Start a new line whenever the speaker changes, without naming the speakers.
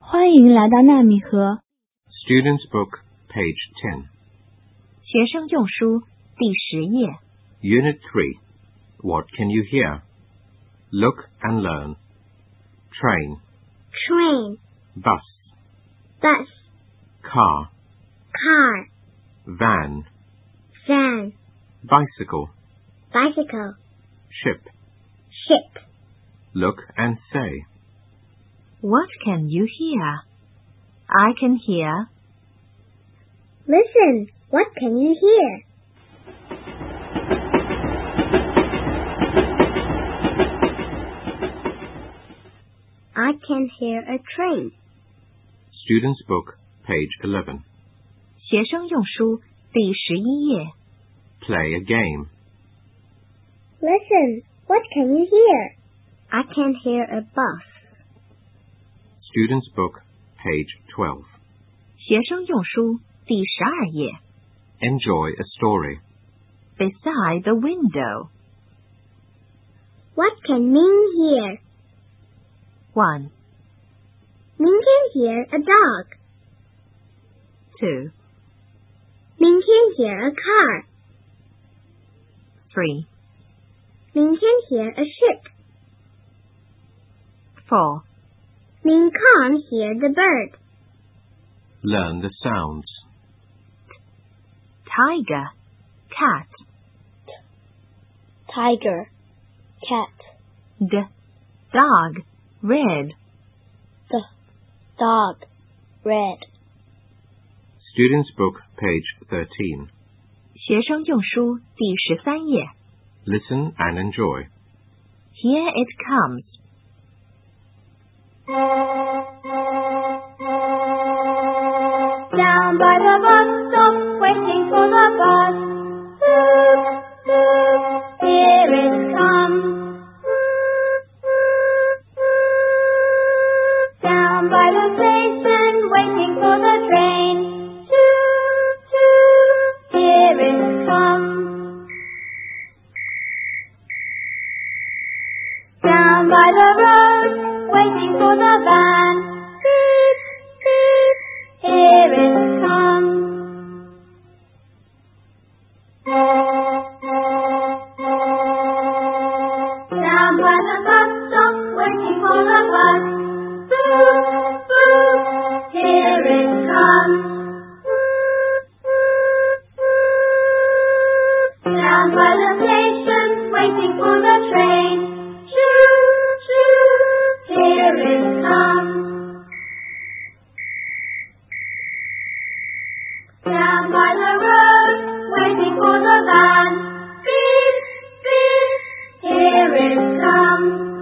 欢迎来到纳米盒
Student's Book, page 10,
学生用书第十页，
Unit 3. What can you hear? Look and learn. Train,
train,
bus,
bus,
car,
car,
van,
van,
bicycle,
bicycle,
ship.
ship.
Look and say.
What can you hear? I can hear.
Listen, what can you hear? I can hear a train.
Student's Book, page 11.
学生用书第十一页，
Play a game.
Listen, what can you hear? I can hear a bus.
Student's Book, page 12.
学生用书第十二页。
Enjoy a story.
Beside the window.
What can Ming hear?
One,
Ming can hear a dog.
two,
Ming can hear a car.
three,
Ming can hear a ship.
four.
Ming can hear the bird.
Learn the sounds.
Tiger, cat,
Tiger, cat,
d, dog, red.
dog, red.
Student's Book, page 13.
学生用书第十三页。
Listen and enjoy.
Here it comes.
Down by the bus stop, waiting for the bus. Look, look, here it comes. Down by the station, waiting for the train. Toot, toot, here it comes. Down by the road, waiting for the van. Beep, beep, here it comes. Down by the bus stop, waiting for the bus. Boop, boop, here it comes. Down by the station, waiting for the train. Choo, choo, here it comes. Down by the road, waiting for the van. Beep, beep, here it comes.